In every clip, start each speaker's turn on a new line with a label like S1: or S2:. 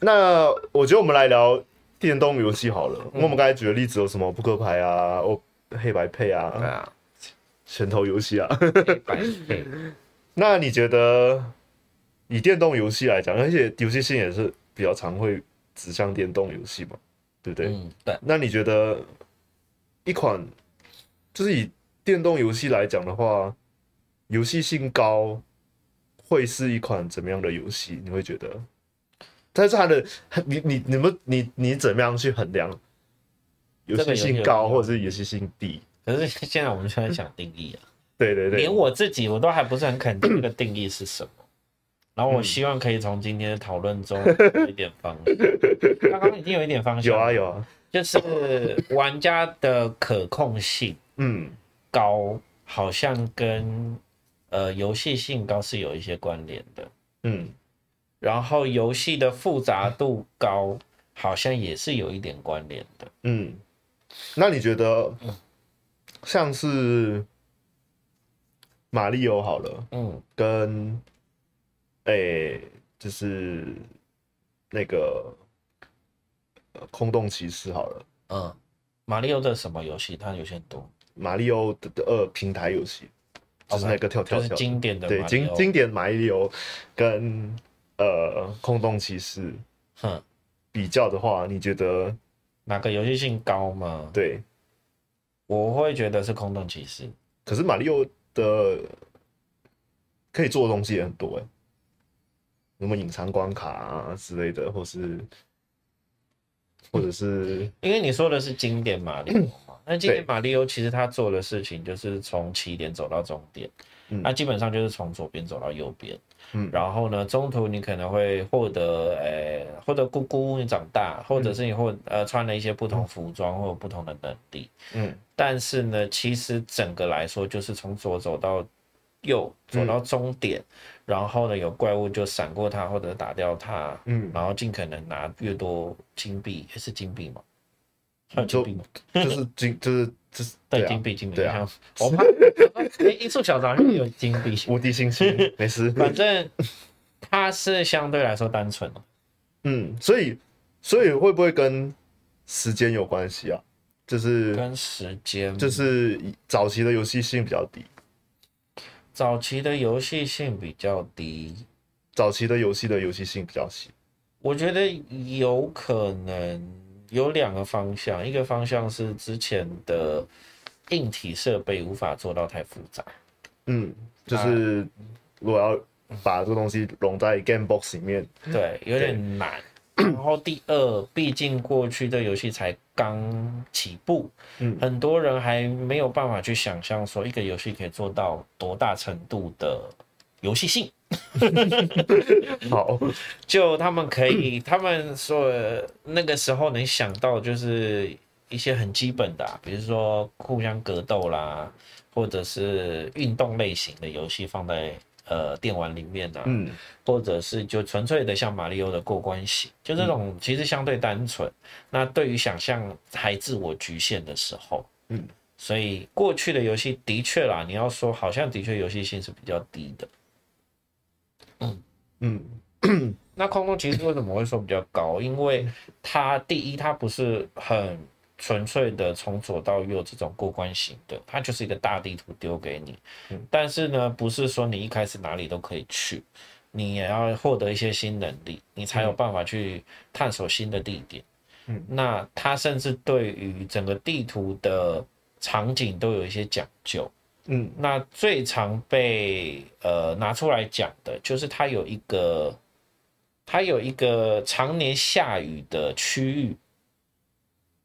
S1: 那我觉得我们来聊电动游戏好了。因为我们刚才举的例子有什么扑克牌啊、哦黑白配
S2: 对
S1: 啊、
S2: 啊，
S1: 拳头游戏啊。
S2: 黑白配，
S1: 那你觉得以电动游戏来讲，而且游戏性也是比较常会指向电动游戏嘛，对不对？
S3: 嗯，对，
S1: 那你觉得一款就是以电动游戏来讲的话，游戏性高会是一款怎么样的游戏？你会觉得？但是它的你你你们你你怎么样去衡量游戏性高或者是游戏性低？
S3: 可是现在我们就在想定义啊，
S1: 对 对对
S3: 连，我自己我都还不是很肯定这个定义是 什么。然
S1: 嗯
S3: 后我希望可以从今天的讨论 中有一点方向，刚刚已经有一点方向，
S1: 有啊，有啊，
S3: 就是玩家的可控性
S1: 嗯
S3: 高，好像跟呃游戏性高是有一些关联的。
S1: 嗯
S3: 然后游戏的复杂度高，好像也是有一点关联的。
S1: 嗯。那你觉得像是马里奥好了？
S3: 嗯，
S1: 跟诶、就是那个、呃空洞骑士好了，
S3: 嗯，马里奥的什么游戏？它有些很多，
S1: 马里奥的的呃平台游戏，就是那个跳跳
S3: 哦就是
S1: 跳，
S3: 经典的
S1: 对
S3: 马里
S1: 经
S3: 奥。
S1: 经典马里奥跟呃空洞骑士
S3: 哼，
S1: 比较的话，你觉得
S3: 哪个游戏性高嘛？
S1: 对？
S3: 我会觉得是空洞骑士。
S1: 可是马里奥的可以做的东西也很多哎、什么隐藏关卡啊之类的，或是或者是
S3: 因为你说的是经典马里奥嘛，那经典马里奥其实他做的事情就是从起点走到终点，
S1: 嗯
S3: 那基本上就是从左边走到右边，
S1: 嗯
S3: 然后呢，中途你可能会获得，诶、获得姑姑你长大，或
S1: 嗯
S3: 者是你获呃穿了一些不同服装或者不同的能力，
S1: 嗯
S3: 但是呢，其实整个来说就是从左走到右，
S1: 嗯
S3: 走到终点，然后呢有怪物就闪过它或者打掉它，
S1: 嗯，
S3: 然后尽可能拿越多金币，也是金币嘛，算
S1: 就
S3: 金币嘛，
S1: 嗯就是金， 就是就是
S3: 对，
S1: 啊
S3: 金，币金币，
S1: 对啊
S3: 像我怕我怕诶一束小枣里有金币，
S1: 无敌星星没事。
S3: 反正它是相对来说单纯的，
S1: 嗯，所以所以会不会跟时间有关系啊？就是
S3: 跟时间
S1: 就是早期的游戏性比较低，
S3: 早期的游戏性比较低，
S1: 早期的游戏的游戏性比较细。
S3: 我觉得有可能有两个方向，一个方向是之前的硬体设备无法做到太复杂，
S1: 嗯，就是如果要把这个东西融在 Game Box 里面，
S3: 对，有点难。然后第二，毕竟过去的游戏才刚起步，
S1: 嗯
S3: 很多人还没有办法去想象说一个游戏可以做到多大程度的游戏性，
S1: 好，
S3: 就他们可以，他们说那个时候能想到就是一些很基本的、啊，比如说互相格斗啦，或者是运动类型的游戏放在呃电玩里面啊，
S1: 嗯
S3: 或者是就纯粹的像马里奥的过关型，就这种
S1: 嗯
S3: 其实相对单纯。那对于想象还自我局限的时候，
S1: 嗯，
S3: 所以过去的游戏的确啦，你要说好像的确游戏性是比较低的。
S1: 嗯
S3: 那空洞其实为什么会说比较高？因为它第一，它不是很纯粹的从左到右这种过关型的，它就是一个大地图丢给你。但是呢，不是说你一开始哪里都可以去，你也要获得一些新能力，你才有办法去探索新的地点。
S1: 嗯，
S3: 那它甚至对于整个地图的场景都有一些讲究。
S1: 嗯
S3: 那最常被呃拿出来讲的就是它有一个，它有一个常年下雨的区域。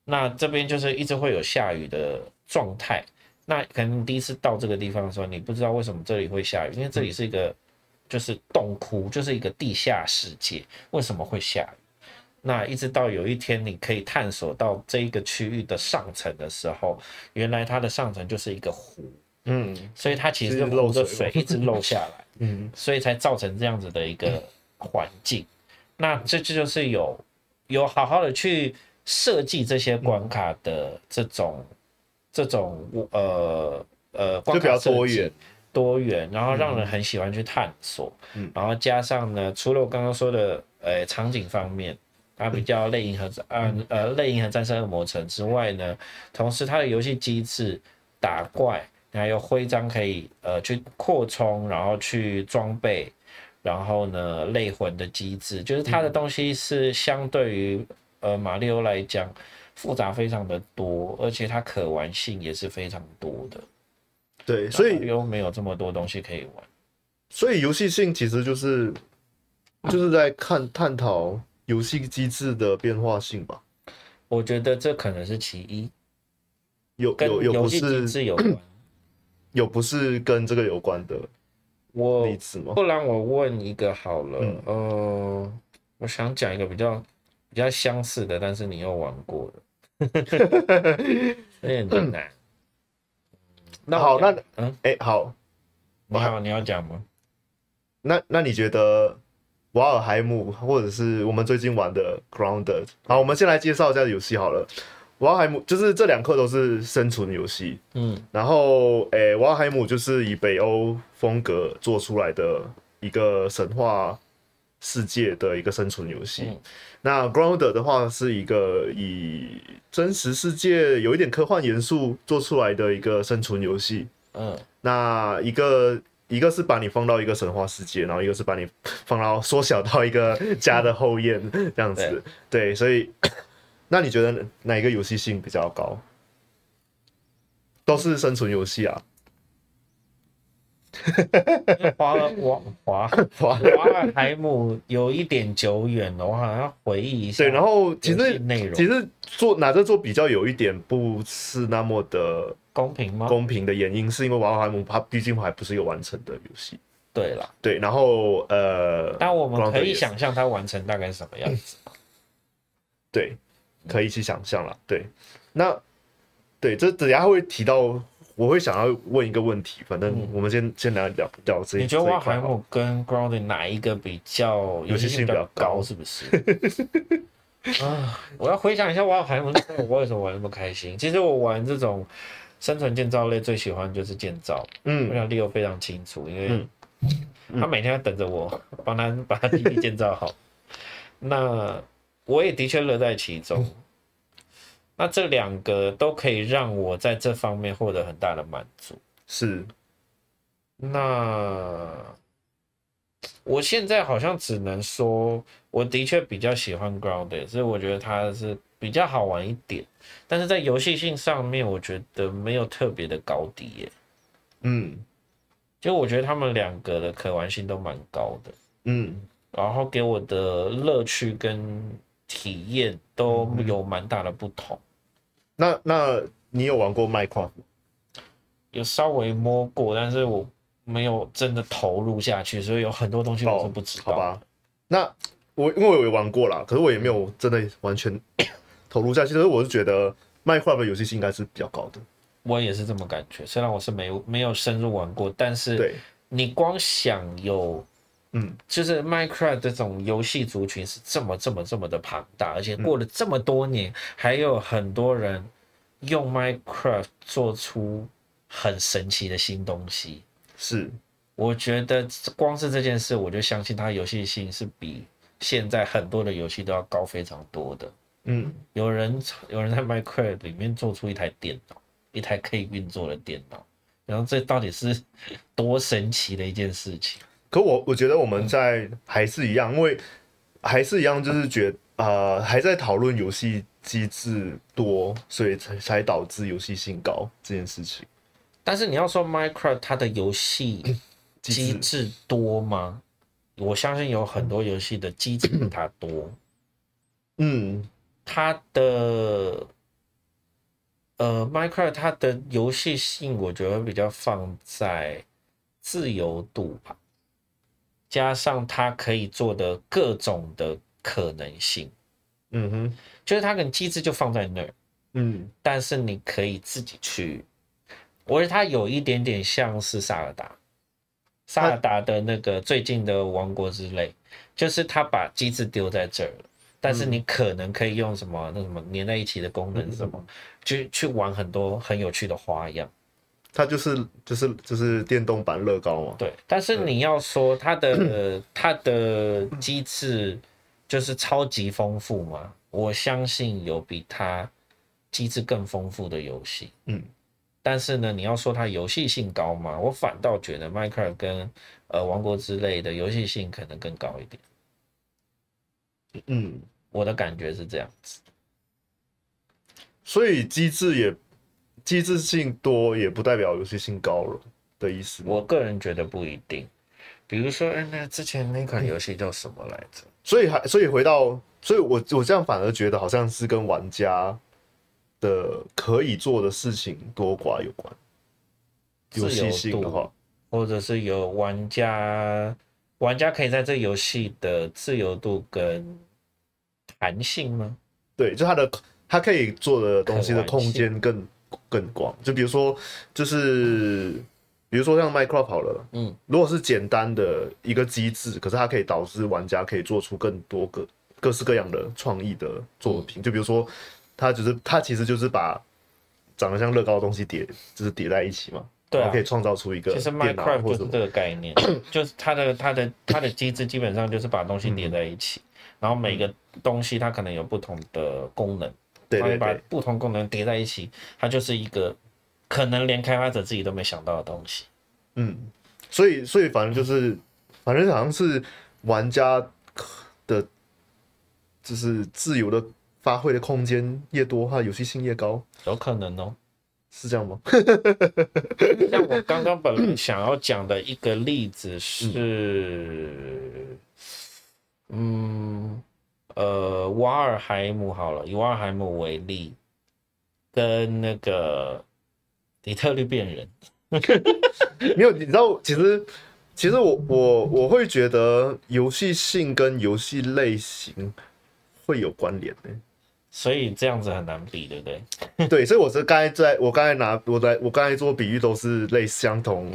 S3: 那这边就是一直会有下雨的状态。那可能你第一次到这个地方的时候，你不知道为什么这里会下雨，因为这里是一个就是洞窟，就是一个地下世界，为什么会下雨？那一直到有一天你可以探索到这一个区域的上层的时候，原来它的上层就是一个湖。
S1: 嗯
S3: 所以它其
S1: 是
S3: 实
S1: 漏
S3: 漏的
S1: 水
S3: 水 一直漏下来，
S1: 嗯
S3: 所以才造成这样子的一个环境。那这这就是有有好好的去设计这些
S1: 嗯
S3: 关卡的这种、这种呃呃关
S1: 就比较
S3: 卡设计
S1: 多元
S3: 多元，然后让人很喜欢去探索。
S1: 嗯
S3: 然后加上呢，除了我刚刚说的呃场景方面，它比较类银河战
S1: 嗯
S3: 呃呃类银河战士恶魔城之外呢，同时它的游戏机制打怪，还有徽章可以呃去扩充，然后去装备，然后呢类魂的机制，就是它的东西是相对于呃马里奥来讲复杂非常的多，而且它可玩性也是非常多的，
S1: 对，所以
S3: 马里奥没有这么多东西可以玩。
S1: 所以游戏性其实就是就是在看探讨游戏机制的变化性吧，
S3: 我觉得这可能是其一，
S1: 有
S3: 跟
S1: 有有
S3: 游
S1: 不
S3: 戏机
S1: 是
S3: 制有关。
S1: 有不是跟这个有关的
S3: 我
S1: 例子吗？
S3: 不然我问一个好了，
S1: 嗯
S3: 呃，我想讲一个比较比较相似的，但是你又玩过的， 有点难。那
S1: 好
S3: 我讲
S1: 那
S3: 嗯，
S1: 哎、嗯好，
S3: 你好，你要讲吗？
S1: 那那你觉得瓦尔海姆或者是我们最近玩的 Grounded？好，我们先来介绍一下游戏好了。瓦尔海姆就是这两课都是生存游戏，
S3: 嗯
S1: 然后诶、瓦尔海姆就是以北欧风格做出来的一个神话世界的一个生存游戏。
S3: 嗯
S1: 那 Grounded 的话是一个以真实世界有一点科幻元素做出来的一个生存游戏。
S3: 嗯
S1: 那一个一个是把你放到一个神话世界，然后一个是把你 放到缩小到一个家的后院这样子。对，所以 那你觉得哪哪一个游戏性比较高？都是生存游戏啊，
S3: 华尔华
S1: 哇！
S3: 华华尔海姆有一点久远了，我好像要回忆一下。
S1: 对，然后其
S3: 游戏
S1: 实
S3: 内容
S1: 其实做拿着做比较有一点不是那么的
S3: 公平吗？
S1: 公平的原因，是因为《瓦尔海姆》它毕竟还不是一个完成的游戏。
S3: 对了，
S1: 对，然后呃，
S3: 但我们可
S1: Grounded 也
S3: 以
S1: 是
S3: 想象它完成大概是什么样子。
S1: 对，
S3: 嗯
S1: 可以去想象了。对，那对这等一下会提到，我会想要问一个问题，反正我们先、先来聊聊这一。
S3: 嗯你觉得
S1: 这一
S3: 瓦
S1: 块
S3: 海
S1: 好
S3: 姆跟 Grounding 哪一个比较
S1: 游戏性
S3: 性
S1: 比较高
S3: 高？是不是？ 啊，我要回想一下瓦海姆那时 候我为什么玩那么开心。其实我玩这种生存建造类最喜欢就是建造，我
S1: 嗯，
S3: 想 Leo 非常清楚，因为
S1: 嗯
S3: 他每天要等着我帮他把他基地建 造好。那我也的确乐在其中。
S1: 嗯
S3: 那这两个都可以让我在这方面获得很大的满足。
S1: 是
S3: 那我现在好像只能说，我的确比较喜欢 Grounded，所以我觉得它是比较好玩一点。但是在游戏性上面，我觉得没有特别的高低耶。
S1: 嗯
S3: 就我觉得他们两个的可玩性都蛮高的，
S1: 嗯
S3: 然后给我的乐趣跟体验都
S1: 嗯
S3: 有蛮大的不同。
S1: 那那你有玩过麦矿？
S3: 有稍微摸过，但是我没有真的投入下去，所以有很多东西我是不知
S1: 好
S3: 道。
S1: 吧，那我因为我也玩过啦，可是我也没有真的完全 投入下去，所以我是觉得麦矿的游戏性应该是比较高的。
S3: 我也是这么感觉，虽然我是没有没有深入玩过，但是
S1: 对，
S3: 你光想有，
S1: 嗯，
S3: 就是 Minecraft 这种游戏族群是这么这么这么的庞
S1: 嗯
S3: 大，而且过了这么多年，还有很多人用 Minecraft 做出很神奇的新东西。
S1: 是
S3: 我觉得光是这件事，我就相信它游戏性是比现在很多的游戏都要高非常多的。
S1: 嗯
S3: 有人有人在 Minecraft 里面做出一台电脑，一台可以运作的电脑，然后这到底是 多神奇的一件事情？
S1: 可我我觉得我们在还是一样，因为还是一样，就是觉呃还在讨论游戏机制多，所以才才导致游戏性高这件事情。
S3: 但是你要说 Minecraft 它的游戏
S1: 机
S3: 机
S1: 制
S3: 制多吗？我相信有很多游戏的机制比它多，
S1: 嗯，
S3: 它的呃 Minecraft 它的游戏性，我觉得比较放在自由度吧，加上它可以做的各种的可能性，
S1: 嗯哼，
S3: 就是它跟机制就放在那儿，
S1: 嗯，
S3: 但是你可以自己去。我觉得它有一点点像是萨尔达，萨尔达的那个最近的王国之泪，就是它把机制丢在这儿了，但是你可能可以用什么那什么粘在一起的功能什么，去去玩很多很有趣的花样。
S1: 它就是就是就是电动版乐高嘛。
S3: 对，但是你要说它的、它的机制就是超级丰富嘛，我相信有比它机制更丰富的游戏。
S1: 嗯，
S3: 但是呢，你要说它游戏性高吗？我反倒觉得 Minecraft 跟呃王国之类的游戏性可能更高一点，
S1: 嗯，
S3: 我的感觉是这样子。
S1: 所以机制也机制性多，也不代表游戏性高了的意思。
S3: 我个人觉得不一定。比如说，哎，那之前那款游戏叫什么来着？
S1: 所以还所以回到，所以我我这样反而觉得好像是跟玩家的可以做的事情多寡有关。游戏
S3: 自
S1: 性
S3: 由
S1: 的
S3: 度
S1: 话，
S3: 或者是有玩家，玩家可以在这游戏的自由度跟弹性吗？
S1: 对，就它的它可以做的东西的
S3: 可玩
S1: 空
S3: 性
S1: 间更更广。就比如说，就是比如说像 Minecraft 好了，
S3: 嗯，
S1: 如果是简单的一个机制，可是它可以导致玩家可以做出更多个各式各样的创意的作
S3: 嗯
S1: 品。就比如说，它只是它其实就是把长得像乐高的东西叠，就是叠在一起嘛，
S3: 对
S1: 然
S3: 啊
S1: 后可以创造出一个
S3: 其实
S1: 电脑啊
S3: Minecraft
S1: 或
S3: 就
S1: 者
S3: 是
S1: 什么。
S3: 这个概念， 就是它的它的它的机制基本上就是把东西叠在一起，
S1: 嗯
S3: 然后每个东西它可能有不同的功能，
S1: 对
S3: 然后
S1: 对
S3: 你把
S1: 对，
S3: 不同功能叠在一起，它就是一个可能连开发者自己都没想到的东西。
S1: 嗯，所以所以反正就是，反正好像是玩家的，就是自由的发挥的空间越多，它的游戏性越高，
S3: 有可能哦。
S1: 是这样吗？
S3: 像我刚刚本来想要讲的一个例子是，嗯，呃，瓦尔海姆好了，以瓦尔海姆为例，跟那个底特律变人，
S1: 没有，你知道，其实其实我我我会觉得游戏性跟游戏类型会有关联欸的、
S3: 所以这样子很难比，对不对？
S1: 对，所以我是刚才在我刚才拿我在我刚才做比喻都是类相同，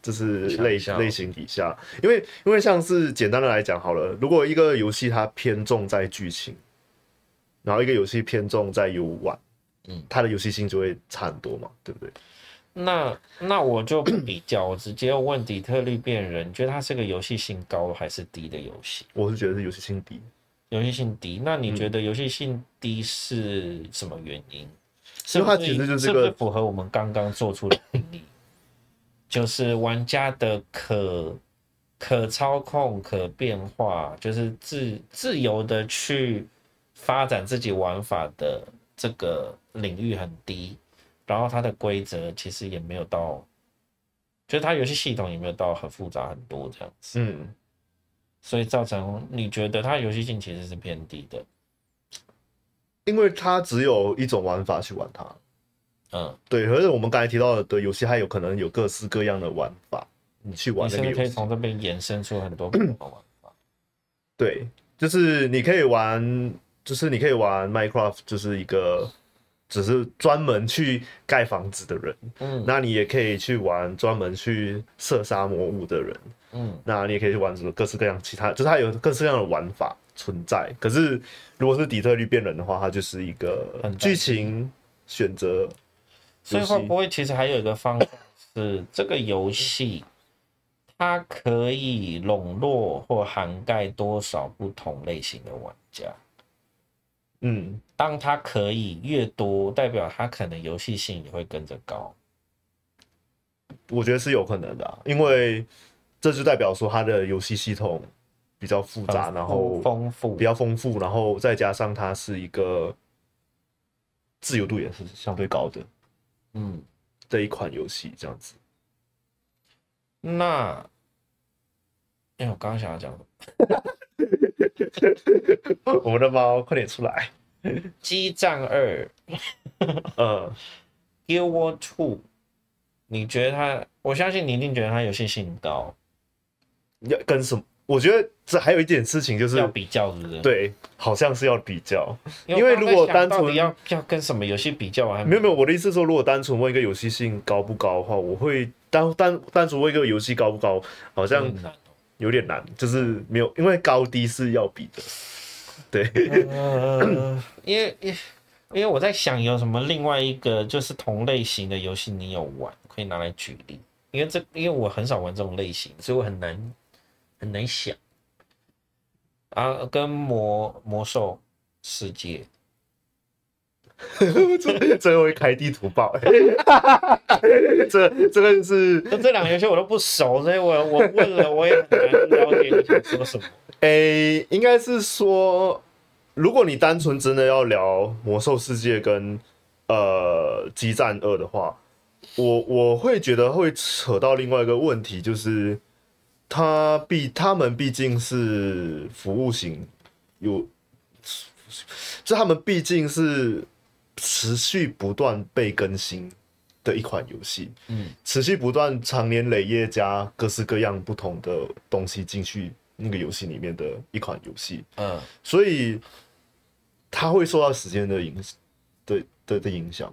S1: 就是类
S3: 想象
S1: 类型底下，因为因为像是简单的来讲好了，如果一个游戏它偏重在剧情，然后一个游戏偏重在游玩，
S3: 嗯，
S1: 它的游戏性就会差很多嘛，对不对？
S3: 那那我就不比较，我直接问底特律变人，你觉得它是个游戏性高还是低的游戏？
S1: 我是觉得是游戏性低，
S3: 游戏性低，那
S1: 嗯
S3: 你觉得游戏性低是什么原因？是
S1: 因为它
S3: 不是
S1: 其实就是
S3: 是不是
S1: 个
S3: 符合我们刚刚做出的定 义，就是玩家的可可操控、可变化，就是自自由的去发展自己玩法的这个领域很低，然后它的规则其实也没有到，就是它游戏系统也没有到很复杂很多这样子。
S1: 嗯。
S3: 所以造成你觉得它游戏性其实是偏低的，
S1: 因为它只有一种玩法去玩它，
S3: 嗯，
S1: 对。可是我们刚才提到的游戏，它有可能有各式各样的玩法，你去玩
S3: 你
S1: 那
S3: 甚
S1: 个
S3: 至可
S1: 游
S3: 以
S1: 戏。
S3: 从这边延伸出很 多不同的玩法。
S1: 对，就是你可以玩，就是你可以玩 Minecraft，就是一个只是专门去盖房子的人。
S3: 嗯
S1: 那你也可以去玩专门去射杀魔物的人。
S3: 嗯，
S1: 那你也可以去玩什么各式各样其他，就是它有各式各样的玩法存在。可是如果是底特律变人的话，它就是一个
S3: 很单一
S1: 剧情选择。
S3: 所以
S1: 游戏
S3: 会不会其实还有一个方法是，这个游戏它可以笼络或涵盖多少不同类型的玩家？
S1: 嗯，
S3: 当它可以越多，代表它可能游戏性也会跟着高。
S1: 我觉得是有可能的啊、因为这就代表说它的游戏系统比较复杂，
S3: 很
S1: 然后
S3: 丰富
S1: 比，较丰富，然后再加上它是一个自由度也是相对高的
S3: 嗯。
S1: 这一款游戏，这样子。
S3: 那，因为我刚刚想要讲什么嗯
S1: 我们的猫快点出来，
S3: 《激战二》
S1: 嗯，
S3: 《Guild War Two》，你觉得它？我相信你一定觉得它游戏性高，
S1: 要跟什么？我觉得这还有一点事情就
S3: 要
S1: 是，
S3: 比较是不是？，
S1: 对，好像是要比较，
S3: 因为
S1: 因为如果
S3: 我刚刚在想
S1: 单
S3: 到底
S1: 纯
S3: 要要跟什么游戏比较，我还
S1: 没有没有，我的意思是说，如果单纯问一个游戏性高不高的话，我会单单单纯问一个游戏高不高，好像
S3: 嗯
S1: 有点难，就是没有，因为高低是要比的，对，
S3: 呃，因为因为因为我在想有什么另外一个就是同类型的游戏你有玩，可以拿来举例。因为这因为我很少玩这种类型，所以我很难很难想。啊，跟魔魔兽世 界，
S1: 这这会开地图报， 这这个是
S3: 那这两个游戏我都不熟，所以我我问了我也很难了解你想说什么。
S1: 诶、应该是说，如果你单纯真的要聊《魔兽世界跟》呃《激战二》的话，我我会觉得会扯到另外一个问题，就是它毕他们毕竟是服务型，有，就他们毕竟是持续不断被更新的一款游戏，持续不断、长年累月加各式各样不同的东西进去那个游戏里面的一款游戏，
S3: 嗯，
S1: 所以它会受到时间的影的的的影响。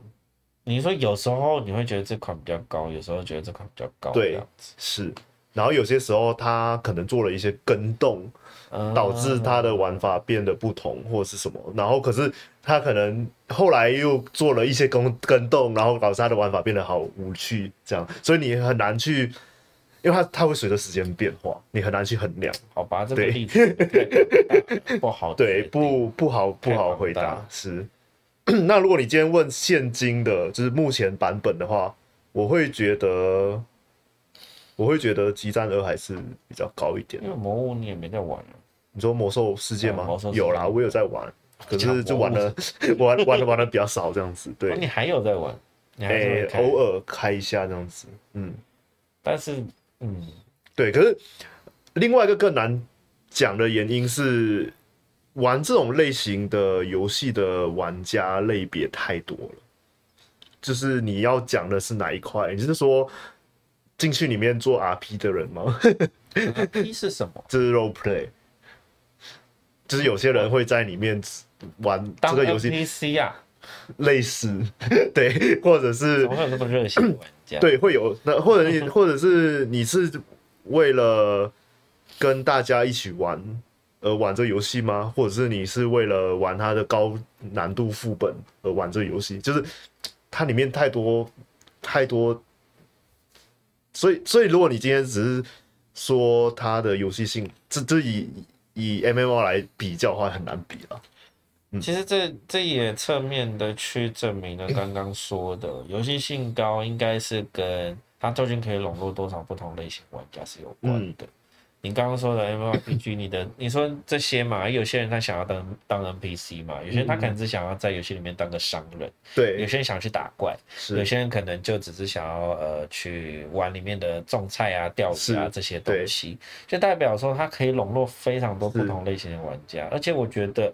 S3: 你说有时候你会觉得这款比较高，有时候觉得这款比较高，
S1: 对
S3: 这样
S1: 是，然后有些时候它可能做了一些跟动，
S3: 嗯
S1: 导致它的玩法变得不同或者是什么，然后可是它可能后来又做了一些跟跟动，然后导致它的玩法变得好无趣，这样，所以你很难去，因为它它会随着时间变化，你很难去衡量。
S3: 好吧，这个
S1: 对
S3: 例子太不好决
S1: 对，
S3: 定，
S1: 不不好不好回
S3: 太
S1: 答
S3: 庞
S1: 是。 那如果你今天问现今的，就是目前版本的话，我会觉得，我会觉得激战二还是比较高一点
S3: 因。为魔物你也没在玩啊，
S1: 你说魔兽世界吗
S3: 嗯魔兽？世界
S1: 有啦，我有在玩，可
S3: 讲
S1: 是就
S3: 魔
S1: 玩
S3: 物
S1: 的 玩玩的玩的比较少这样子。
S3: 哦你
S1: 对，
S3: 还有在 玩，你还是
S1: 哎
S3: 会，开，
S1: 偶尔开一下这样子。嗯，
S3: 但是嗯，
S1: 对。可是另外一个更难讲的原因是，玩这种类型的游戏的玩家类别太多了。就是你要讲的是哪一块？你是说进去里面做 RP 的人吗？
S3: 一是什么？
S1: 这是 role play，就是有些人会在里面玩这
S3: 当
S1: 个游戏，
S3: NPC 啊，
S1: 类似， 对，或者是
S3: 怎么会有这么热血的玩家？，
S1: 对会有那或者你或者是你是为了跟大家一起玩而玩这个游戏吗？或者是你是为了玩它的高难度副本而玩这个游戏？就是它里面太多太多，所以所以如果你今天只是说它的游戏性，这这以以 M M O 来比较的话，很难比啊了。
S3: 其实这这也侧面的去证明了刚刚说的游戏性高，应该是跟它究竟可以笼络多少不同类型玩家是有关的。你刚刚说的 M R P G，你的你说这些嘛，有些人他想要当当 N P C 嘛，有些人他可能只想要在游戏里面当个商人，有
S1: 对，
S3: 些人想要去打怪，有
S1: 是，
S3: 些人可能就只是想要呃去玩里面的种菜啊、钓鱼啊
S1: 是
S3: 这些东
S1: 对
S3: 西，就代表说它可以笼络非常多不
S1: 是
S3: 同类型的玩家，而且我觉得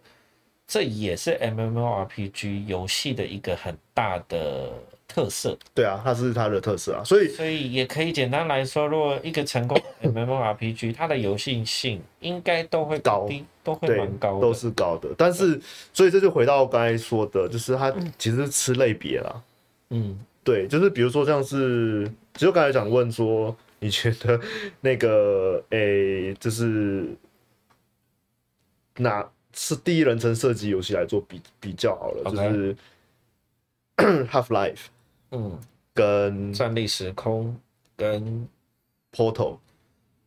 S3: 这也是 MMORPG 游戏的一个很大的特色。
S1: 对啊，它是它的特色啊，所以
S3: 所以也可以简单来说，如果一个成功 的 MMORPG，它的游戏性应该都会
S1: 高
S3: 低，都会
S1: 对
S3: 蛮，高
S1: 都
S3: 的。
S1: 是高的。但是，所以这就回到我刚才说的，就是它其实是吃类别啦。
S3: 嗯，
S1: 对，就是比如说像是，只有刚才想问说，你觉得 那个诶、就是哪是第一人称射击游戏来做比比较好了
S3: OK
S1: 就是 Half Life
S3: 嗯，
S1: 跟
S3: 站立时空跟
S1: Portal。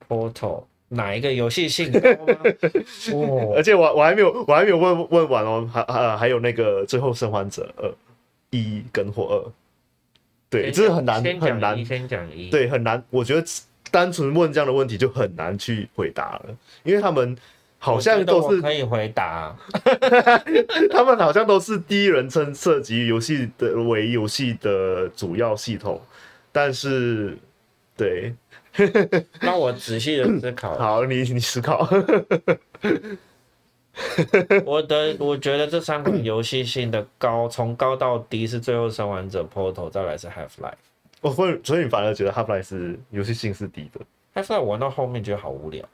S3: Portal 哪一个游戏性高 吗？
S1: 而
S3: 哦，
S1: 且我我还没有我还没有问问完哦，还还还有那个最后生还者二一跟或二，对，这是很难
S3: 先讲
S1: 很难
S3: 一先讲一，，
S1: 对，很难。我觉得单纯问这样的问题就很难去回答了，因为他们好像都是
S3: 可以回 答。
S1: 他们好像都是第一人称射击游戏的为游戏的主要系统，但是对，
S3: 那我仔细的思考，
S1: 好，你你思考，
S3: 我的我觉得这三款游戏性的高，从高到低是《最后生还者》Portal，再来是 Half Life。
S1: 我会，所以你反而觉得 Half Life 是游戏性是低的。
S3: Half Life 玩到后面觉得好无聊，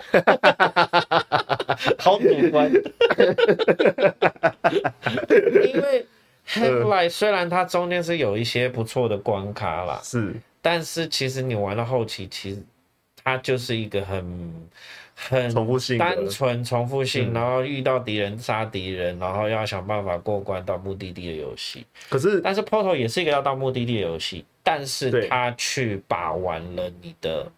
S3: 好主观。因为 Half Life 虽然它中间是有一些不错的关卡啦，
S1: 是，
S3: 但是其实你玩到后期，其实它就是一个很很
S1: 重复性的
S3: 单纯重复性，然后遇到敌人杀敌人，然后要想办法过关到目的地的游戏。
S1: 可是
S3: 但是 Portal 也是一个要到目的地的游戏，但是
S1: 对
S3: 它去把玩了你的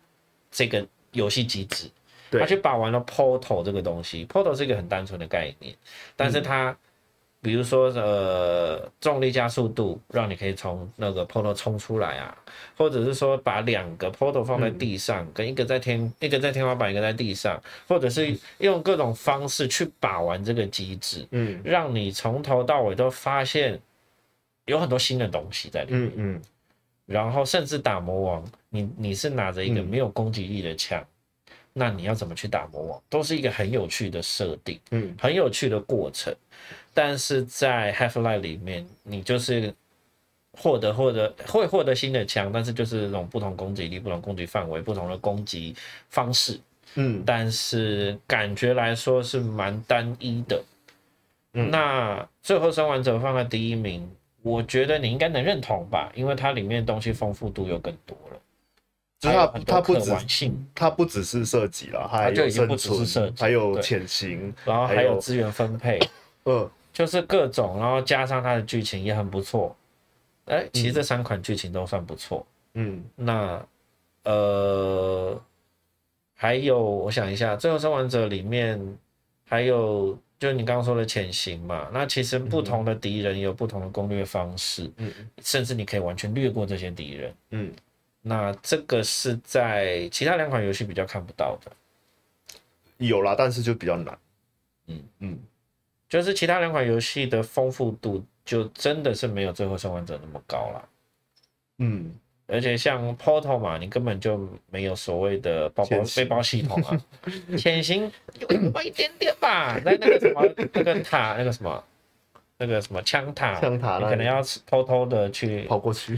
S3: 这个游戏机制，
S1: 对
S3: 他去把玩了 Portal 这个东西，Portal 是一个很单纯的概念，但
S1: 嗯
S3: 是它、比如说呃重力加速度，让你可以从那个 Portal 冲出来啊，或者是说把两个 Portal 放
S1: 嗯
S3: 在地上，跟一个在天一个在天花板，一个在地上，或者是用各种方式去把玩这个机制，
S1: 嗯
S3: 让你从头到尾都发现有很多新的东西在里面。
S1: 嗯嗯，
S3: 然后甚至打魔王，你你是拿着一个没有攻击力的枪，那你要怎么去打魔王，都是一个很有趣的设定，
S1: 嗯，
S3: 很有趣的过程。但是在 Half Life 里面，你就是获得获得会获得新的枪，但是就是那种不同攻击力、不同攻击范围、不同的攻击方式，
S1: 嗯
S3: 但是感觉来说是蛮单一的。
S1: 嗯
S3: 那最后生还者放在第一名，我觉得你应该能认同吧，因为它里面的东西丰富度又更多了，
S1: 就是
S3: 还有
S1: 它
S3: 很多
S1: 它不
S3: 可
S1: 止
S3: 玩性，
S1: 它不只是射击啦，还
S3: 就
S1: 有
S3: 已经
S1: 生
S3: 不只是射
S1: 存，
S3: 击
S1: 还有
S3: 对
S1: 潜行，
S3: 然后
S1: 还
S3: 还有
S1: 有
S3: 资源分配，
S1: 呃，
S3: 就是各种，然后加上它的剧情也很不错。哎、其实这三款剧情都算不错。
S1: 嗯
S3: 那呃，还有我想一下，《最后生还者》里面还有就你刚刚说的潜行嘛，那其实不同的敌人有不同的攻略方式，
S1: 嗯
S3: 甚至你可以完全略过这些敌人。
S1: 嗯，
S3: 那这个是在其他两款游戏比较看不到的，
S1: 有啦，但是就比较难。
S3: 嗯
S1: 嗯，
S3: 就是其他两款游戏的丰富度就真的是没有《最后生还者》那么高啦。
S1: 嗯，
S3: 而且像 Portal 嘛，你根本就没有所谓的包包
S1: 潜行
S3: 背包系统 啊，潜行有那么一点点吧，在那个什么那个塔那个什么那个什么枪塔，
S1: 枪塔
S3: 啊你
S1: 那
S3: 可能
S1: 里
S3: 要偷偷的去，
S1: 跑过 去，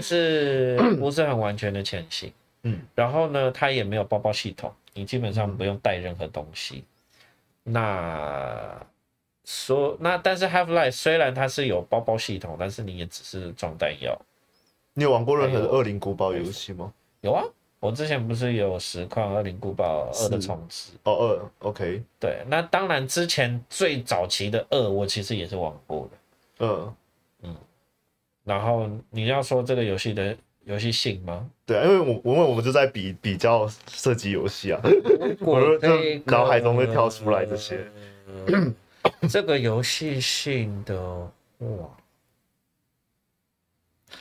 S3: 是不是很完全的潜行。
S1: 嗯，
S3: 然后呢，它也没有包包系统，你基本上不用带任何东西。那说那但是 Half Life 虽然它是有包包系统，但是你也只是装弹药。
S1: 你有玩过任何
S3: 还
S1: 的
S3: 有
S1: 恶灵古堡游戏吗？
S3: 有啊，我之前不是有实况《二零古堡二》的重置？
S1: 哦，二，OK，
S3: 对，那当然之前最早期的二，我其实也是玩过的。
S1: 嗯，
S3: 然后你要说这个游戏的游戏性吗？
S1: 对啊，因为我我们我们就在比比较射击游戏啊，
S3: 我
S1: 就
S3: 这个
S1: 脑海中会跳出来这些。
S3: 这个游戏性的哇，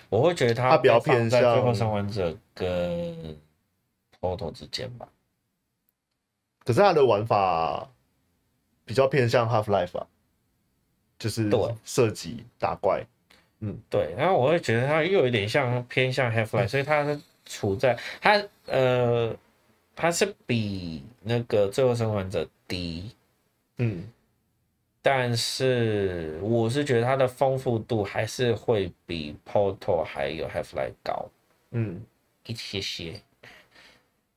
S3: 我会觉得它
S1: 它比较
S3: 被放
S1: 偏
S3: 在《最后
S1: 向
S3: 生还者》跟《Portal》之间吧。
S1: 可是它的玩法比较偏向 Half Life 啊，就是
S3: 对
S1: 射击打怪，
S3: 对，然后我会觉得它又有点像偏向
S1: 嗯
S3: Half Life，所以它是处在它呃，它是比那个《最后生还者》低，
S1: 嗯
S3: 但是我是觉得它的丰富度还是会比 Portal 还有 Half Life 高
S1: 嗯
S3: 一些些。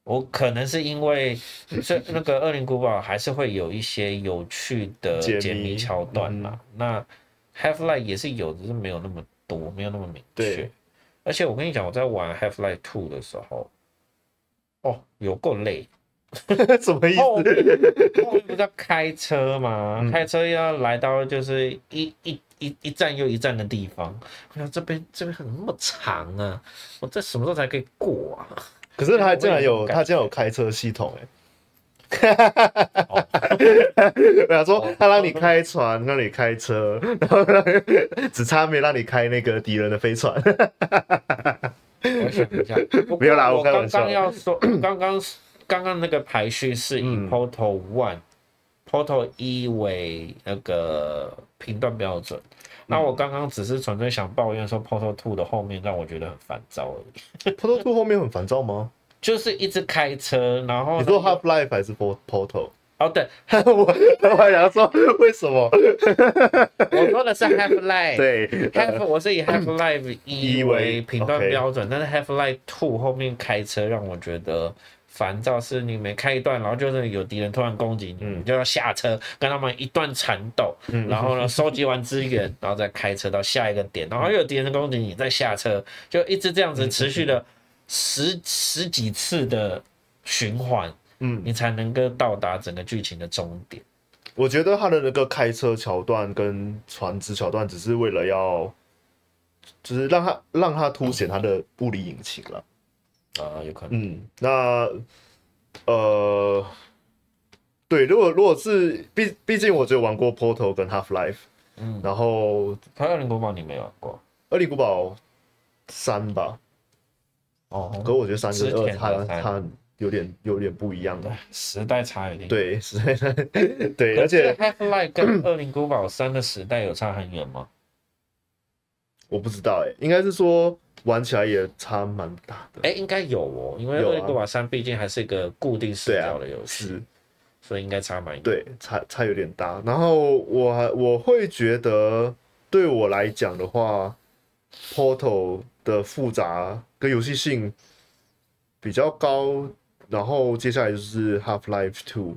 S3: 我可能是因为 这那个《恶灵古堡》还是会有一些有趣的
S1: 解谜嗯
S3: 解谜桥段嘛。那 Half Life 也是有，只是没有那么多，没有那么明确
S1: 对。
S3: 而且我跟你讲，我在玩 Half Life Two 的时候，哦，有够累。
S1: 什么意
S3: 后面
S1: 思？嗯
S3: 后面不是要开车吗？开车要来到就是一一一一站又一站的地方。我想这边这边怎么那么长啊？我这什么时候才可以过啊？
S1: 可是它竟然
S3: 我也有
S1: 有
S3: 感觉
S1: 它竟然有开车系统哎、
S3: 哦
S1: 我想说，他让你开船，让你开车， 然后让你只差没让你开那个敌人的飞 船。
S3: 我想 一下，不过
S1: 没有啦
S3: 我
S1: 我开
S3: 刚
S1: 玩笑
S3: 刚 要说，刚刚刚刚那个排序是以
S1: 嗯
S3: Portal One、Portal 一为那个评断标准。
S1: 嗯
S3: 那我刚刚只是纯粹想抱怨说 Portal Two 的后面让我觉得很烦躁而已，
S1: Portal Two 后面很烦躁吗？
S3: 就是一直开车，然后
S1: 你
S3: 呢
S1: 说 Half Life 还是 Port- Portal？
S3: 哦对，
S1: 我我想说为什 么？
S3: 我说的是 Half Life，
S1: 对，
S3: Half 我是以 Half Life 一
S1: 一
S3: 为
S1: 为
S3: 评断
S1: OK
S3: 标准，但是 Half Life Two 后面开车让我觉得烦躁，是你每开一段，然后就是有敌人突然攻击你，你就要下车跟他们一段缠斗，然后呢收集完资源，然后再开车到下一个点，然后又有敌人攻击你，再下车，就一直这样子持续了十十几次的循环，
S1: 嗯，
S3: 你才能够到达整个剧情的终点。
S1: 我觉得他的那个开车桥段跟船只桥段，只是为了要，就是让他让他凸显他的物理引擎了。
S3: 啊，有可能，
S1: 嗯，那呃，对，如果如果是毕毕竟我只有玩过 Portal 跟 Half Life，
S3: 嗯，
S1: 然后《
S3: 还有《灵国宝》你没玩过
S1: 恶灵古堡三》吧，
S3: 哦，
S1: 可我觉得三跟
S3: 之
S1: 二
S3: 前的
S1: 它
S3: 三
S1: 它有点有点不一样的，
S3: 时代差有点。，
S1: 对， 实在是对，而且
S3: Half Life 跟《恶灵古堡三》的时代有差很远吗？
S1: 我不知道哎、应该是说玩起来也差蛮大的，
S3: 哎、应该有哦，因为《
S1: 有啊
S3: 恶灵古堡三》毕竟还是一个固定视
S1: 对啊
S3: 角的游戏，
S1: 是。
S3: 所以应该差蛮远。
S1: 对，差差有点大。然后我还我会觉得，对我来讲的话，Portal 的复杂跟游戏性比较高。然后接下来就是 Half Life Two，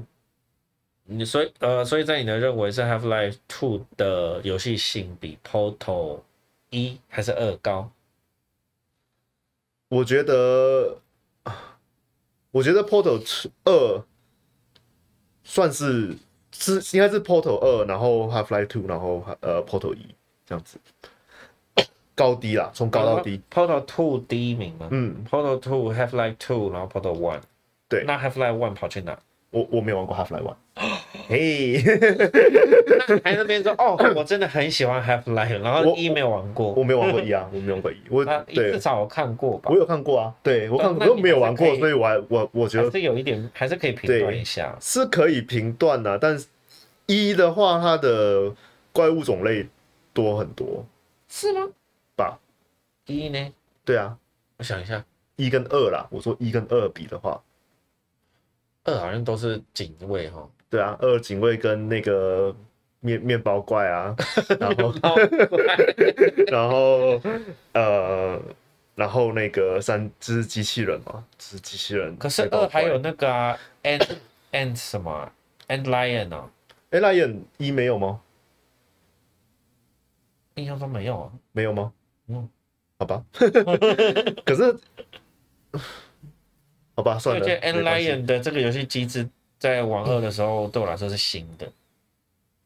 S3: 你所以呃，所以在你的认为是《Half Life Two》的游戏性比《Portal》一还是二高？
S1: 我觉得，我觉得 Portal 二算是是应该是 Portal 二，然后 Half Life Two，然后呃 Portal 一这样子，高低啦，从高
S3: 哦
S1: 到低，
S3: Portal Two 第一名吗？
S1: 嗯，
S3: Portal Two、Half Life Two，然后 Portal One。
S1: 对
S3: 那 Half Life One 跑去哪？
S1: 我我没有玩过 Half Life One，嘿。
S3: 那还那边说哦，我真的很喜欢 Half Life，然后
S1: 我
S3: 一没有玩过
S1: 我，没有玩过一啊，我没有玩过一，我
S3: 那一
S1: 对
S3: 至少我看过吧
S1: 我，有看过啊，对我看
S3: 那
S1: 过，
S3: 那
S1: 我又没有玩
S3: 你还
S1: 过，
S3: 是可以
S1: 所以我还我我觉
S3: 还
S1: 得
S3: 是有一点，还是可以评断
S1: 对
S3: 一下。
S1: 是可以评断的、啊但是一的话，它的怪物种类多很多
S3: 是吗？
S1: 吧？
S3: 一呢？
S1: 对啊，
S3: 我想一下，
S1: 一跟二啦，我说一跟二比的话，
S3: 二好像都是警卫哈，
S1: 对啊，二警卫跟那个面面包怪 啊，然后
S3: 哦
S1: 然后呃，然后那个三只机器人嘛，是机器人，
S3: 可是
S1: 面包
S3: 二还
S1: 怪
S3: 有那 个啊，and and 什么啊 and lion 哦，
S1: 哎，那演一没有吗？
S3: 印象中没有啊。
S1: 没有吗？
S3: 嗯，
S1: 好 吧。可是，好吧，
S3: 我
S1: 算
S3: 觉
S1: 了。
S3: 得 and
S1: 没关系
S3: lion 的这个游戏机制在玩二的时候对我来说是新的。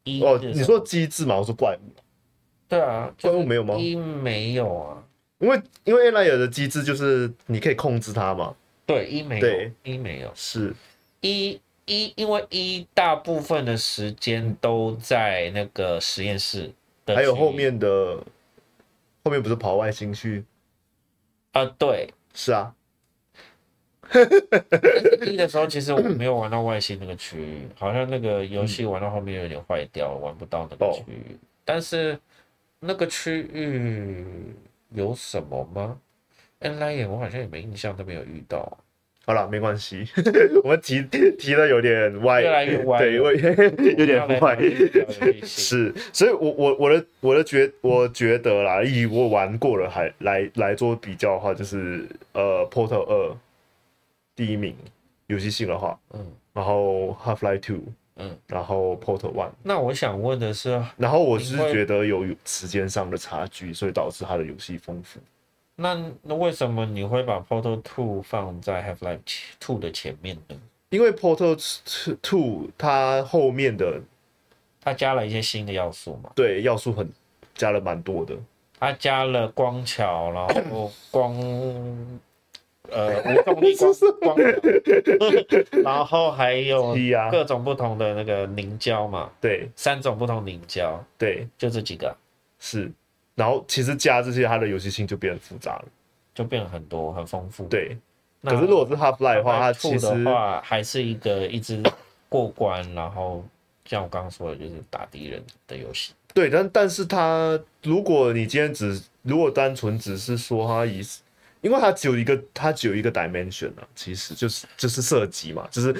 S3: 一
S1: 哦，
S3: 的时
S1: 你
S3: 候
S1: 说哦机制嘛？我说怪物，
S3: 对啊，
S1: 怪
S3: 就
S1: 物没有吗？
S3: 一没有啊，
S1: 因为因为 l i o 的机制就是你可以控制它嘛，
S3: 对一没有
S1: 对，
S3: 一没有
S1: 是
S3: 一一，因为一大部分的时间都在那个实验室的区域，
S1: 还有后面的后面不是跑外星去？
S3: 啊、对，
S1: 是啊，
S3: 一的时候其实我没有玩到外星那个区域，好像那个游戏玩到后面有点坏掉，玩不到那个
S1: 哦
S3: 区域。但是那个区域有什么吗？N Lion 我好像也没印象，都没有遇到。
S1: 好了，没关系， 我们提提的有点歪，
S3: 越来越歪
S1: 对，
S3: 了
S1: 有 有点歪。
S3: 是
S1: 是，所以我，我我的我的觉我觉得啦，以我玩过了还来来做比较的话，就是呃，Portal 二第一名，游戏性的话，
S3: 嗯
S1: 然后 Half Life Two，
S3: 嗯。
S1: 然后 Portal One，
S3: 那我想问的是，
S1: 然后我是
S3: 你会
S1: 觉得有时间上的差距，所以导致它的游戏丰富。
S3: 那那为什么你会把 Portal Two 放在 Half Life Two 的前面呢？
S1: 因为 Portal Two 它后面的
S3: 它加了一些新的要素嘛？
S1: 对要素很加了蛮多的，
S3: 它加了光桥，然 后光，呃，
S1: 哎
S3: 无重力光光 桥，然后还有
S1: 踢啊
S3: 各种不同的那个凝胶嘛，
S1: 对
S3: 三种不同凝胶，
S1: 对
S3: 就这几个
S1: 是，然后其实加这些，它的游戏性就变得复杂了。
S3: 就变了很多，很丰富。，
S1: 对，
S3: 那
S1: 可是如果是 Half Life 的话，它
S3: Half-Life
S1: 其
S3: Two
S1: 实
S3: 的话，还是一个一直过关，然后像我刚刚说的，就是打敌人的游戏。
S1: 对，但但是它如果你今天只如果单纯只是说它以，因为它只有一个它只有一个 dimension 啊，其实就是就是射击嘛，就是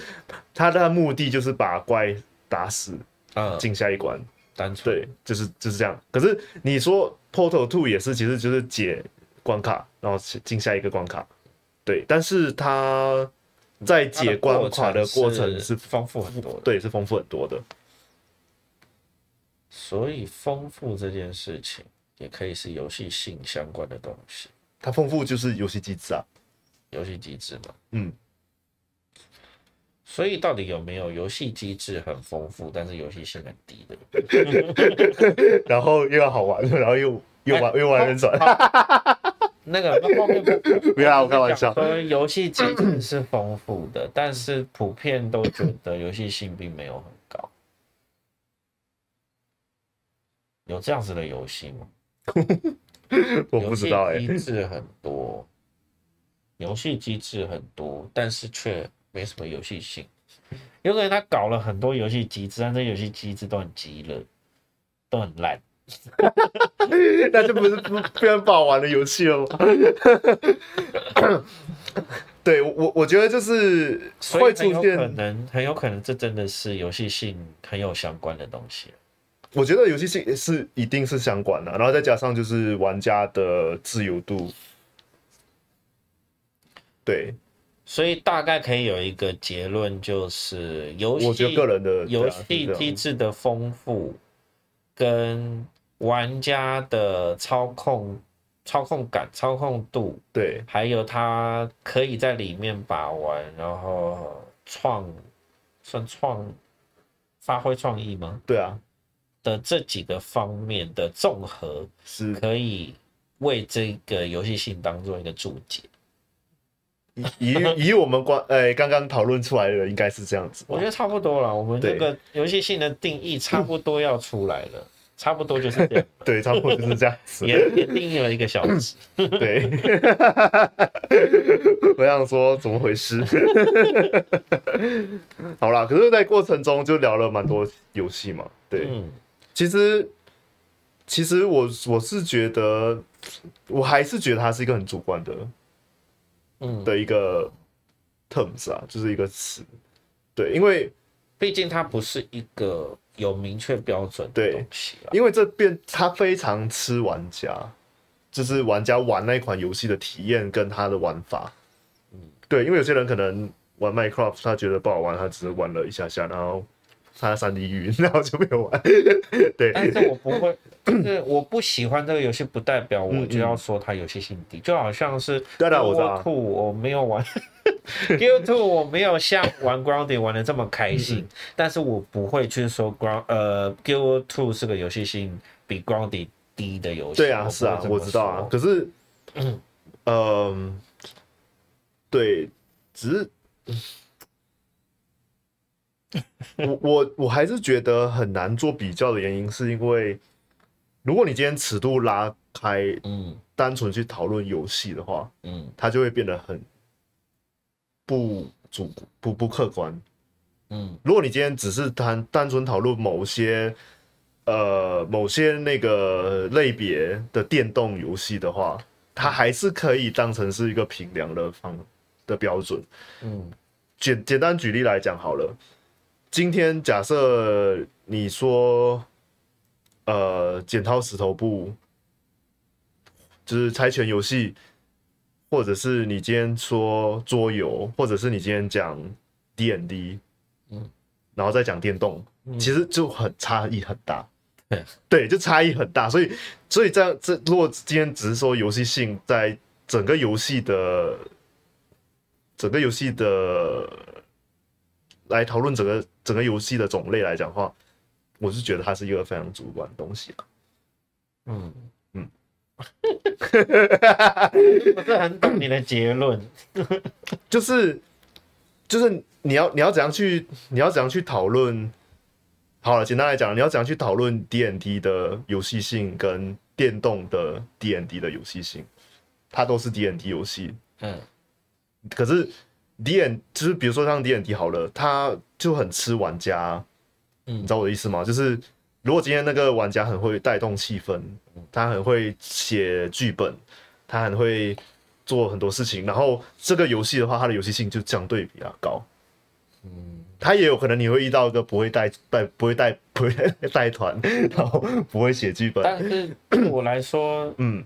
S1: 它的目的就是把怪打死
S3: 嗯，
S1: 进下一关，
S3: 单纯
S1: 对，就是就是这样。可是你说 Portal Two 也是，其实就是解关卡，然后进下一个关卡，对，但是它在
S3: 它的
S1: 解关卡的过程
S3: 是
S1: 是
S3: 丰富很多的。
S1: 对是丰富很多的。
S3: 所以丰富这件事情也可以是游戏性相关的东西，
S1: 它丰富就是游戏机制啊，
S3: 游戏机制嘛。
S1: 嗯，
S3: 所以到底有没有游戏机制很丰富，但是游戏性很低的？ 哎
S1: 然后又要好玩，然后又又玩、又玩很转，
S3: 那个后 面不
S1: 不要啦我开玩笑
S3: 说游戏机制是丰富的，但是普遍都觉得游戏性并没有很高。有这样子的游戏吗？
S1: 我不知道哎、
S3: 游戏机制很多，游戏机制很多，但是却没什么游戏性。有可能他搞了很多游戏机制，但这游戏机制都很鸡肋，都很烂。
S1: 那就不是不非常不好玩的游戏了吗？ 对我，我觉得就是
S3: 所
S1: 会
S3: 以很
S1: 出
S3: 有可
S1: 现，
S3: 能，很有可能这真的是游戏性很有相关的东西。
S1: 我觉得游戏性是一定是相关的，啊然后再加上就是玩家的自由度，对
S3: 所以大概可以有一个结论，就是游戏
S1: 我觉得个人的
S3: 游
S1: 对啊
S3: 戏
S1: 是这样
S3: 机制的丰富跟玩家的操控、操控感、操控度，
S1: 对
S3: 还有他可以在里面把玩，然后创算创发挥创意吗？
S1: 对啊，
S3: 的这几个方面的综合，
S1: 是
S3: 可以为这个游戏性当做一个注解。
S1: 以以我们观哎刚刚讨论出来的应该是这样子吧，
S3: 我觉得差不多了，我们
S1: 对
S3: 这个游戏性的定义差不多要出来了，差不多就 是这样，
S1: 对，差不多就是这样子，
S3: 也也定义了一个小 时。
S1: 对，我想说怎么回事？ 好啦，可是，在过程中就聊了蛮多游戏嘛。对，
S3: 嗯，
S1: 其实其实我我是觉得，我还是觉得它是一个很主观的，
S3: 嗯
S1: 的一个 terms 啊，就是一个词。对，因为
S3: 毕竟它不是一个有明确标准的
S1: 对
S3: 东西啦。
S1: 因为这变它非常吃玩家，就是玩家玩那款游戏的体验跟他的玩法。嗯，对，因为有些人可能玩 Minecraft，他觉得不好玩，他只是玩了一下下，然后他三 D 晕， 然后就没有玩。对，
S3: 但是我不 会，就是我不喜欢这个游戏，不代表
S1: 嗯
S3: 我就要说它游戏性低。就好像是《
S1: 当然啊我知道
S3: Guild 2我没有玩 ，Guild 2我没有像玩 Grounded 玩的这么开
S1: 嗯
S3: 心，但是我不会去说 Ground 呃 Guild 2是个游戏性比 Grounded 低的游戏。
S1: 对啊，
S3: 我不会
S1: 是啊，
S3: 这么
S1: 我知道啊
S3: 说。
S1: 可是，嗯、对，只 是。我我我还是觉得很难做比较的原因，是因为如果你今天尺度拉开，
S3: 嗯
S1: 单纯去讨论游戏的话，
S3: 嗯
S1: 它就会变得很不主不不客观。
S3: 嗯
S1: 如果你今天只是单单纯讨论某些呃某些那个类别的电动游戏的话，它还是可以当成是一个评量的方的标准。
S3: 嗯
S1: 简简单举例来讲好了，今天假设你说，呃，剪刀石头布，就是猜拳游戏，或者是你今天说桌游，或者是你今天讲 D N D，
S3: 嗯
S1: 然后再讲电动，
S3: 嗯
S1: 其实就很差异很大
S3: 对。
S1: 对，就差异很大，所以所以这样这如果今天只是说游戏性在整个游戏的整个游戏的来讨论整个整个游戏的种类来讲的话，我是觉得它是一个非常主观的东西啊、
S3: 嗯
S1: 嗯
S3: 嗯， 我是很懂你的结论。
S1: 就是就是你要你要怎样去你要怎样去讨论。好了，简单来讲，你要怎样去讨论 D N D 的游戏性跟电动的 D N D 的游戏性，它都是 D N D 游戏，
S3: 嗯
S1: 可是 D N 就是比如说像 D N D 好了，它就很吃玩家，
S3: 嗯
S1: 你知道我的意思吗？就是如果今天那个玩家很会带动气氛，
S3: 嗯
S1: 他很会写剧本，他很会做很多事情，然后这个游戏的话，它的游戏性就相对比较高。
S3: 嗯
S1: 他也有可能你会遇到一个不会带带不会带不会 带团，然后不会写剧本，
S3: 但是对我来说，
S1: 嗯，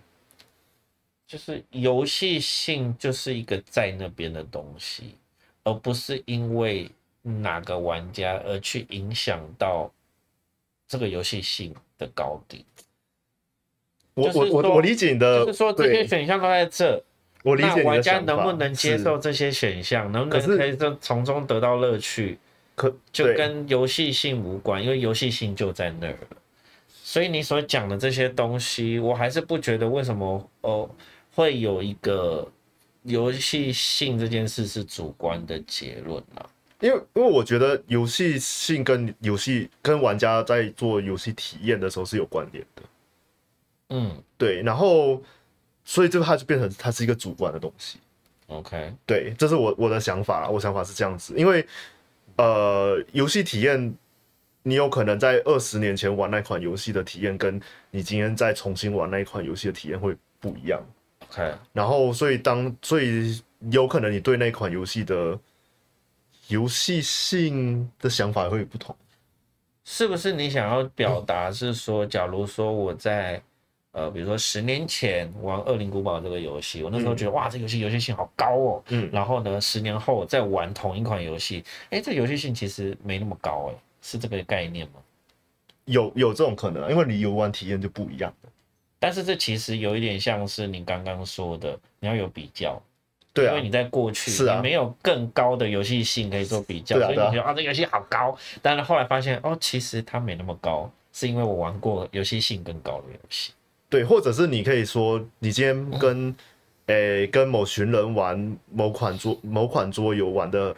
S3: 就是游戏性就是一个在那边的东西，而不是因为哪个玩家而去影响到这个游戏性的高低。
S1: 我
S3: 就是
S1: 我我
S3: 说
S1: 我理解你的，
S3: 就是说这些
S1: 呃对，
S3: 选项都在这，
S1: 我理
S3: 那
S1: 解你的
S3: 玩家
S1: 想法
S3: 能不能接
S1: 是
S3: 受这些选项，能不
S1: 可是
S3: 能可以从从中得到乐趣，
S1: 可
S3: 就
S1: 对
S3: 跟游戏性无关，因为游戏性就在那儿了。所以你所讲的这些东西，我还是不觉得为什么哦，会有一个游戏性这件事是主观的结论啦。
S1: 因为因为我觉得游戏性跟游戏跟玩家在做游戏体验的时候是有关联的，
S3: 嗯
S1: 对，然后所以这个它就变成它是一个主观的东西，
S3: ，OK，
S1: 对，这是我我的想法，我想法是这样子，因为呃，游戏体验你有可能在二十年前玩那款游戏的体验，跟你今天再重新玩那一款游戏的体验会不一样，
S3: OK，
S1: 然后所以当所以有可能你对那款游戏的游戏性的想法会不同。
S3: 是不是你想要表达是说，假如说我在呃，比如说十年前玩《恶灵古堡》这个游戏，我那时候觉得、哇，这游戏游戏性好高哦。
S1: 嗯
S3: 然后呢，十年后再玩同一款游戏，哎，这游戏性其实没那么高，哎，是这个概念吗？
S1: 有有这种可能啊，因为你游玩体验就不一样。
S3: 但是这其实有一点像是你刚刚说的，你要有比较，
S1: 对啊
S3: 因为，你在过去
S1: 是啊
S3: 你没有更高的游戏性可以做比较，
S1: 对啊
S3: 所以
S1: 对啊
S3: 你觉得啊这游戏好高，但是后来发现哦，其实它没那么高，是因为我玩过游戏性更高的游戏。
S1: 对，或者是你可以说，你今天跟诶、跟某群人玩某款桌某款桌游玩的。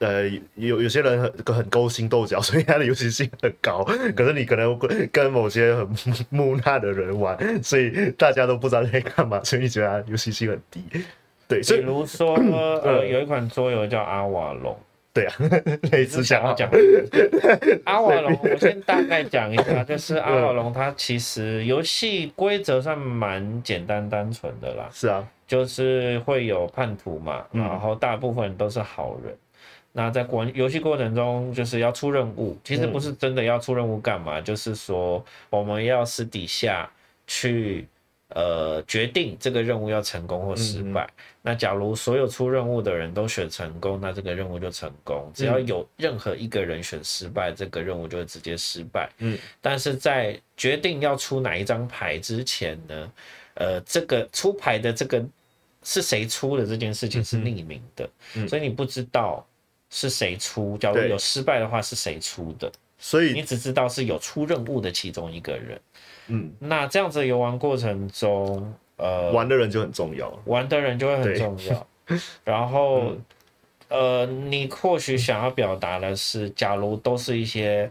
S1: 呃，有有些人很很勾心斗角，所 以他的游戏性很高。
S3: 嗯
S1: 可是你可能跟跟某些很 木讷的人玩，所以大家都不知道在干嘛，所以你觉得他游戏性很低。对，
S3: 比
S1: 所以嗯
S3: 如说呃，有一款桌游叫阿瓦隆，
S1: 对啊， 类似这
S3: 想
S1: 样。啊
S3: 要讲阿瓦隆，我先大概讲一下，就是阿瓦隆它其实游戏规则算蛮简单单纯的啦，
S1: 是啊，
S3: 就是会有叛徒嘛，
S1: 嗯
S3: 然后大部分人都是好人。那在过游戏过程中，就是要出任务，其实不是真的要出任务干嘛，就是说我们要私底下去呃决定这个任务要成功或失
S1: 嗯
S3: 败。那假如所有出任务的人都选成功，那这个任务就成功；只要
S1: 嗯
S3: 有任何一个人选失败，这个任务就会直接失败。
S1: 嗯，
S3: 但是在决定要出哪一张牌之前呢，呃，这个出牌的这个是谁出的这件事情是匿名的，
S1: 嗯
S3: 所以你不知道是谁出。假如
S1: 对
S3: 有失败的话，是谁出的？
S1: 所
S3: 你
S1: 以
S3: 只知道是有出任务的其中一个人。
S1: 嗯，
S3: 那这样子的游玩过程中，呃，
S1: 玩的人就很重要。
S3: 玩的人就会很
S1: 对嗯
S3: 重要。 然后，呃，你或许想要表达的是，假如都是一些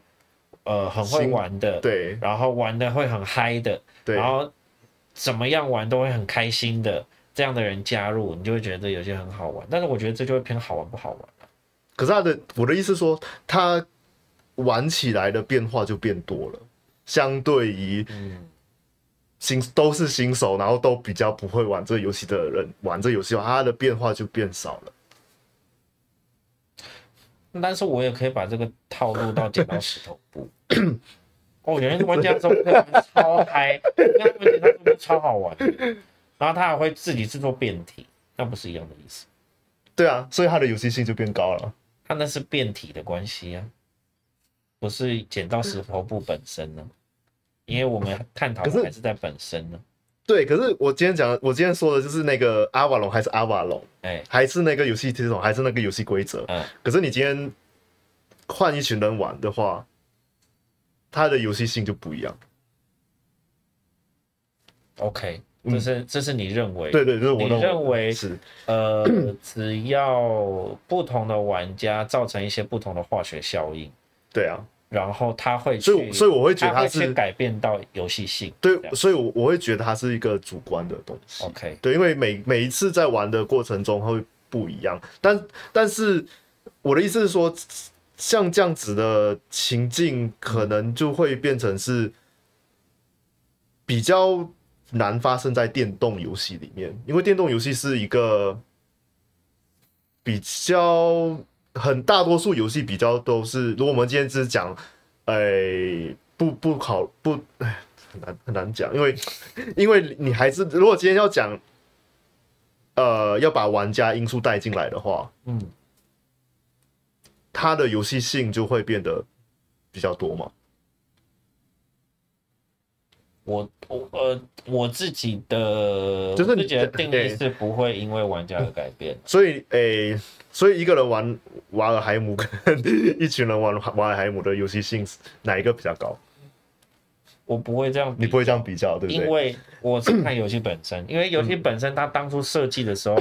S3: 呃很会
S1: 新
S3: 玩的，
S1: 对
S3: 然后玩的会很嗨的，
S1: 对，
S3: 然后怎么样玩都会很开心的这样的人加入，你就会觉得有些很好玩。但是我觉得这就会偏好玩不好玩。
S1: 可是他的我的意思是说，他玩起来的变化就变多了，相对于新都是新手，然后都比较不会玩这个游戏的人玩这个游戏的话，他的变化就变少了。
S3: 但是我也可以把这个套路到剪 刀石头布。哦，有些玩家说可以玩超嗨，那他们剪刀石头布超好玩的，然后他还会自己制作变体，那不是一样的意思？
S1: 对啊，所以他的游戏性就变高了。
S3: 他那是变体的关系啊，不是剪刀石头布本身呢、因为我们探讨
S1: 可是
S3: 的还是在本身啊呢、
S1: 对，可是我今天讲，我今天说的就是那个阿瓦隆还是阿瓦隆，
S3: 哎，
S1: 还是那个游戏系统，还是那个游戏规则。
S3: 嗯
S1: 可是你今天换一群人玩的话，他的游戏性就不一样。
S3: ，OK，这是、这是你认
S1: 嗯
S3: 为
S1: 对对，就是我
S3: 你
S1: 认为
S3: 认为
S1: 是
S3: 呃，只要不同的玩家造成一些不同的化学效应，
S1: 对啊。
S3: 然后他会去，
S1: 所以我所以我会觉得
S3: 他
S1: 它
S3: 会
S1: 是
S3: 去改变到游戏性。
S1: 对
S3: 这，样
S1: 所以我我会觉得它是一个主观的东西。
S3: OK，
S1: 对，因为每每一次在玩的过程中会不一样，但但是我的意思是说，像这样子的情境，可能就会变成是比较难发生在电动游戏里面，因为电动游戏是一个比较很大多数游戏比较都是，如果我们今天只是讲，哎、不不考不，哎，很难很难讲，因为因为你还是如果今天要讲，呃，要把玩家因素带进来的话，
S3: 嗯，
S1: 它的游戏性就会变得比较多嘛。
S3: 我我呃我自己的，
S1: 就是
S3: 我
S1: 你
S3: 自己的定义
S1: 对
S3: 是不会因为玩家而改变。
S1: 所以，诶、所以一个人玩瓦尔海姆跟一群人玩瓦尔海姆的游戏性，哪一个比较高？
S3: 我不会这样比，
S1: 你不会这样比较，对不嗯
S3: 因
S1: 对？
S3: 为我是看游戏本身，因为游戏本身它当初设计的时候，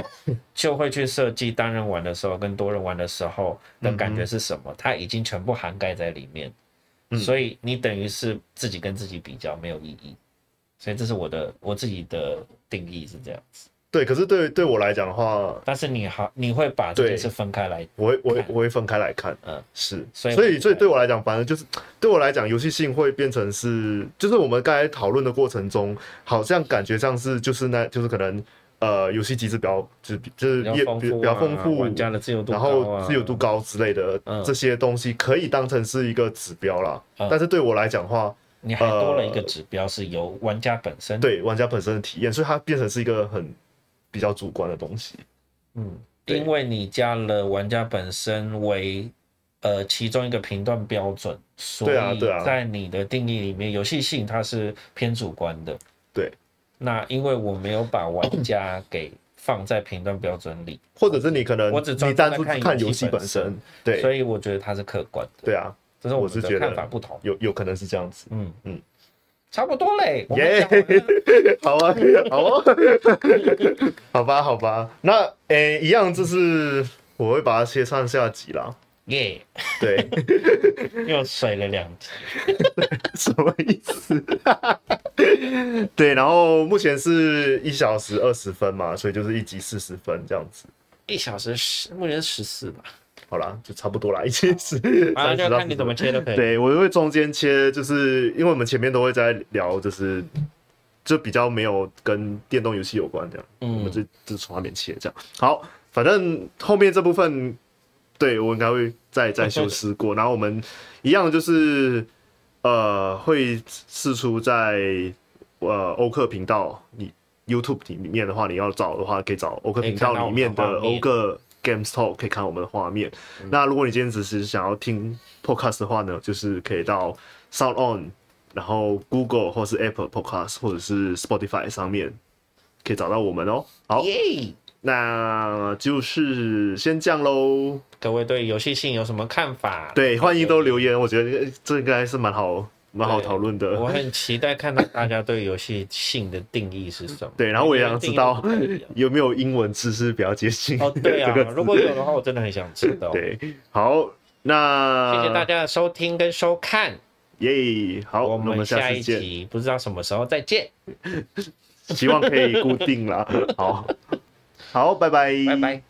S3: 就会去设计单人玩的时候跟多人玩的时候的感
S1: 嗯
S3: 觉是什么，它已经全部涵盖在里面，所以你等于是自己跟自己比较没有意义，所以这是我的我自己的定义是这样子。
S1: 对，可是对对我来讲的话，
S3: 但是你好，你会把这件事分开来，
S1: 我会我会我会分开来看，
S3: 嗯，
S1: 是，
S3: 所以
S1: 所
S3: 会
S1: 以
S3: 分
S1: 所以
S3: 开
S1: 对我来讲，反正就是对我来讲，游戏性会变成是，就是我们刚才讨论的过程中，好像感觉上是就是那就是可能呃游戏机制比较就是比就是
S3: 比
S1: 也
S3: 较丰
S1: 比
S3: 富、啊，
S1: 比较丰富，
S3: 玩家的自由度、
S1: 然
S3: 高
S1: 后
S3: 啊
S1: 自由度高之类的、
S3: 嗯
S1: 这些东西可以当成是一个指标啦。
S3: 嗯
S1: 但是对我来讲的话，
S3: 你还多了一个指标是由玩家本身，
S1: 对玩家本身的体验，所以它变成是一个很比较主观的东西。
S3: 嗯，
S1: 对
S3: 因为你加了玩家本身为呃其中一个评断标准，所
S1: 对啊
S3: 以
S1: 对啊
S3: 在你的定义里面，游戏性它是偏主观的。
S1: 对，
S3: 那因为我没有把玩家给放在评断标准里，
S1: 或者是你可能
S3: 我只专
S1: 你
S3: 注在
S1: 单纯
S3: 看
S1: 看游
S3: 游
S1: 戏
S3: 戏
S1: 本
S3: 本身
S1: 身，对
S3: 所以我觉得它是客观的。
S1: 对啊，
S3: 这是我们
S1: 我是
S3: 的
S1: 觉得
S3: 看法不同。
S1: 有有可能是这样子。
S3: 嗯
S1: 嗯，
S3: 差不多嘞，我们
S1: 耶
S3: 讲完了
S1: 好啊，好啊， 好吧，好吧，那诶、一样就是我会把它切上下集啦。
S3: 耶，
S1: 对，
S3: 又水了两集。
S1: 什么意思？ 对，然后目前是一小时二十分嘛，所以就是一集四十分这样子。
S3: 一小时十，目前十四吧，
S1: 好啦，就差不多啦，一集是
S3: 啊，
S1: 30
S3: 就
S1: 到
S3: 看你怎么
S1: 40
S3: 切都可以。
S1: 对，我会中间切，就是因为我们前面都会在聊，就是就比较没有跟电动游戏有关这样，我们
S3: 嗯，
S1: 就就从那边切这样。好，反正后面这部分，对我应该会再再修饰过，然后我们一样就是呃会试出在呃欧克频道你 YouTube 里面的话，你要找的话可以找欧克频道里面嗯的欧克 Games Talk 可以看我们的画面。那如果你今天只是想要听 Podcast 的话呢，就是可以到 Sound On。然后 Google 或是 Apple Podcast 或者是 Spotify 上面可以找到我们哦。好，
S3: 耶！
S1: 那就是先这样喽。
S3: 各位对游戏性有什么看法？，
S1: 对，欢迎都留言，我觉得这应该是蛮好、蛮好讨论
S3: 我
S1: 的。
S3: 很期待看到大家对游戏性的定义是什么。
S1: 对，然后我也
S3: 每
S1: 想
S3: 个人定
S1: 知
S3: 义
S1: 道
S3: 都不一 样
S1: 有没有英文知识比较接近
S3: 哦，对
S1: 这个
S3: 啊，
S1: 字
S3: 如果有的话，我真的很想知道。
S1: 对，好，那
S3: 谢谢大家的收听跟收看，
S1: 耶好，
S3: 我
S1: 那我
S3: 们
S1: 们
S3: 下
S1: 下次
S3: 一
S1: 见，
S3: 集不知道什么时候再见，
S1: 希望可以固定啦。好，好，拜拜，
S3: 拜拜。